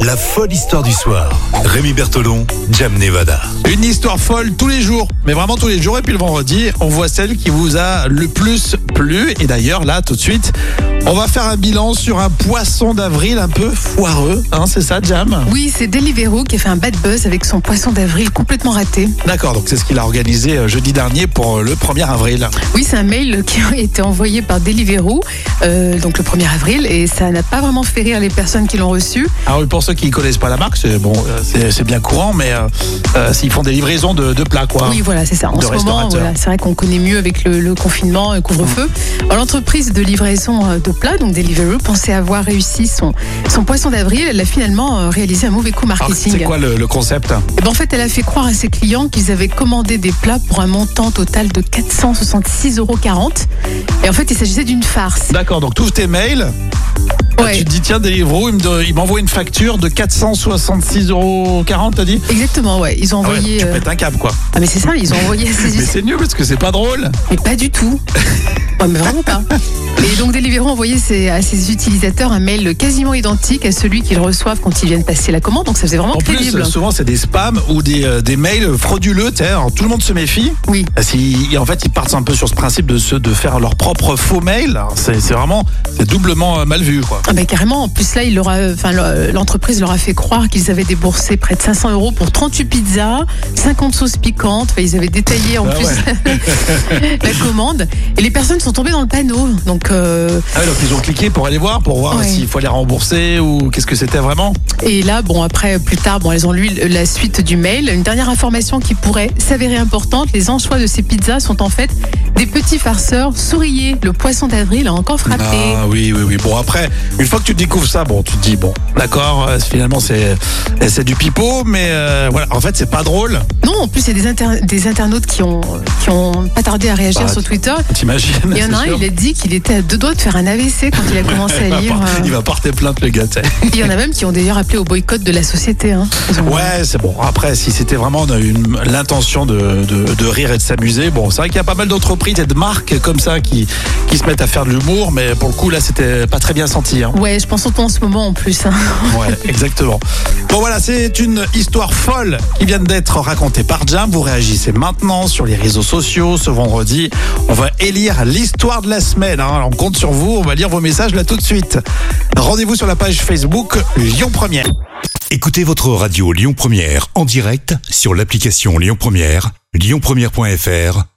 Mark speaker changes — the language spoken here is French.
Speaker 1: La folle histoire du soir. Rémi Bertolon, Jam Nevada.
Speaker 2: Une histoire folle tous les jours, mais vraiment tous les jours. Et puis le vendredi, on voit celle qui vous a le plus plu. Et d'ailleurs, là, tout de suite, on va faire un bilan sur un poisson d'avril un peu foireux. Hein, c'est ça, Jam
Speaker 3: Oui, c'est Deliveroo qui a fait un bad buzz avec son poisson d'avril complètement raté.
Speaker 2: D'accord, donc c'est ce qu'il a organisé euh, jeudi dernier pour euh, le 1er avril.
Speaker 3: Oui, c'est un mail qui a été envoyé par Deliveroo, euh, donc le 1er avril, et ça n'a pas vraiment fait rire les personnes qui l'ont reçu.
Speaker 2: Alors Ah pour ceux qui ne connaissent pas la marque, c'est bon, euh, c'est c'est bien courant, mais euh, euh, ils font des livraisons de, de plats, quoi.
Speaker 3: Oui, voilà, c'est ça. En
Speaker 2: Ah, De
Speaker 3: ce moment,
Speaker 2: restaurateur.
Speaker 3: voilà, c'est vrai qu'on connaît mieux avec le, le confinement et couvre-feu.
Speaker 2: Ah.
Speaker 3: Alors, L'entreprise de livraison euh, de plats, donc Deliveroo, pensait avoir réussi son, son poisson d'avril. Elle a finalement euh, réalisé un mauvais coup
Speaker 2: Alors,
Speaker 3: marketing.
Speaker 2: Ah, c'est quoi le, le concept
Speaker 3: Eh ben, en fait, elle a fait croire à ses clients qu'ils avaient commandé des plats pour un montant total de 466,40 euros. Et en fait, il s'agissait d'une farce.
Speaker 2: D'accord, donc tous tes mails,
Speaker 3: Ouais.
Speaker 2: tu te dis, tiens, Deliveroo, il me do- il m'envoie une facture de 466,40 euros, t'as dit
Speaker 3: Exactement, ouais. Ils ont
Speaker 2: Ah ouais,
Speaker 3: envoyé.
Speaker 2: Tu
Speaker 3: euh,
Speaker 2: pètes un câble, quoi.
Speaker 3: Ah, mais c'est ça, ils ont envoyé à ses
Speaker 2: Mais c'est nul parce que c'est pas drôle.
Speaker 3: Mais pas du tout. Ouais, mais vraiment pas. Et donc Deliveroo a envoyé ses- à ses utilisateurs un mail quasiment identique à celui qu'ils reçoivent quand ils viennent passer la commande. Donc ça faisait vraiment
Speaker 2: En plus,
Speaker 3: crédible.
Speaker 2: euh, souvent, c'est des spams ou des, euh, des mails frauduleux. tu sais, alors, tout le monde se méfie.
Speaker 3: Oui.
Speaker 2: Euh, Si, et en fait, ils partent un peu sur ce principe de, se, de faire leur propre faux mail. Alors, C'est c'est vraiment c'est doublement euh, mal vu. Quoi.
Speaker 3: Ah bah carrément, en plus là, il leur a- enfin, le- l'entreprise leur a fait croire qu'ils avaient déboursé près de 500 euros pour 38 pizzas, 50 sauces piquantes, Enfin, ils avaient détaillé en
Speaker 2: Ah
Speaker 3: plus la commande. Et les personnes sont tombées dans le panneau. Donc, euh,
Speaker 2: Ah, ouais, donc, ils ont cliqué pour aller voir, pour voir
Speaker 3: Ouais.
Speaker 2: s'il faut les rembourser ou qu'est-ce que c'était vraiment.
Speaker 3: Et là, bon, après, plus tard, bon, elles ont lu la suite du mail. Une dernière information qui pourrait s'avérer importante les anchois de ces pizzas sont en fait des petits farceurs. Souriez, le poisson d'avril a encore frappé.
Speaker 2: Ah oui, oui, oui. Bon, après, une fois que tu découvres ça, bon, tu te dis, bon, d'accord, euh, finalement, c'est eh, c'est du pipeau, mais euh, voilà, en fait, c'est pas drôle.
Speaker 3: Non, en plus, il y a des, inter- des internautes qui ont, qui ont pas tardé à réagir
Speaker 2: Bah,
Speaker 3: sur Twitter.
Speaker 2: T'imagines
Speaker 3: Il y en
Speaker 2: c'est
Speaker 3: a un,
Speaker 2: sûr.
Speaker 3: il a dit qu'il était à deux doigts de faire un AVC quand il a commencé à
Speaker 2: Il va
Speaker 3: lire.
Speaker 2: par-
Speaker 3: euh.
Speaker 2: Il va porter plainte, le gars, tu sais.
Speaker 3: Il y en a même qui ont d'ailleurs appelé au boycott de la société. hein. Ils ont-
Speaker 2: Ouais, c'est bon. Après, si c'était vraiment une- l'intention de, de- de rire et de s'amuser, bon, c'est vrai qu'il y a pas mal d'entreprises et de marques comme ça qui, qui se mettent à faire de l'humour, mais pour le coup, là, c'était pas très bien senti. Hein.
Speaker 3: Ouais, je pense surtout en ce moment en plus. hein.
Speaker 2: Ouais, exactement. Bon, voilà, c'est une histoire folle qui vient d'être racontée par Jam. Vous réagissez maintenant sur les réseaux sociaux ce vendredi. On va élire l'histoire de la semaine. hein. Alors, on compte sur vous. On va lire vos messages là tout de suite. Rendez-vous sur la page Facebook Lyon Première.
Speaker 1: Écoutez votre radio Lyon Première en direct sur l'application Lyon Première, lyonpremière.fr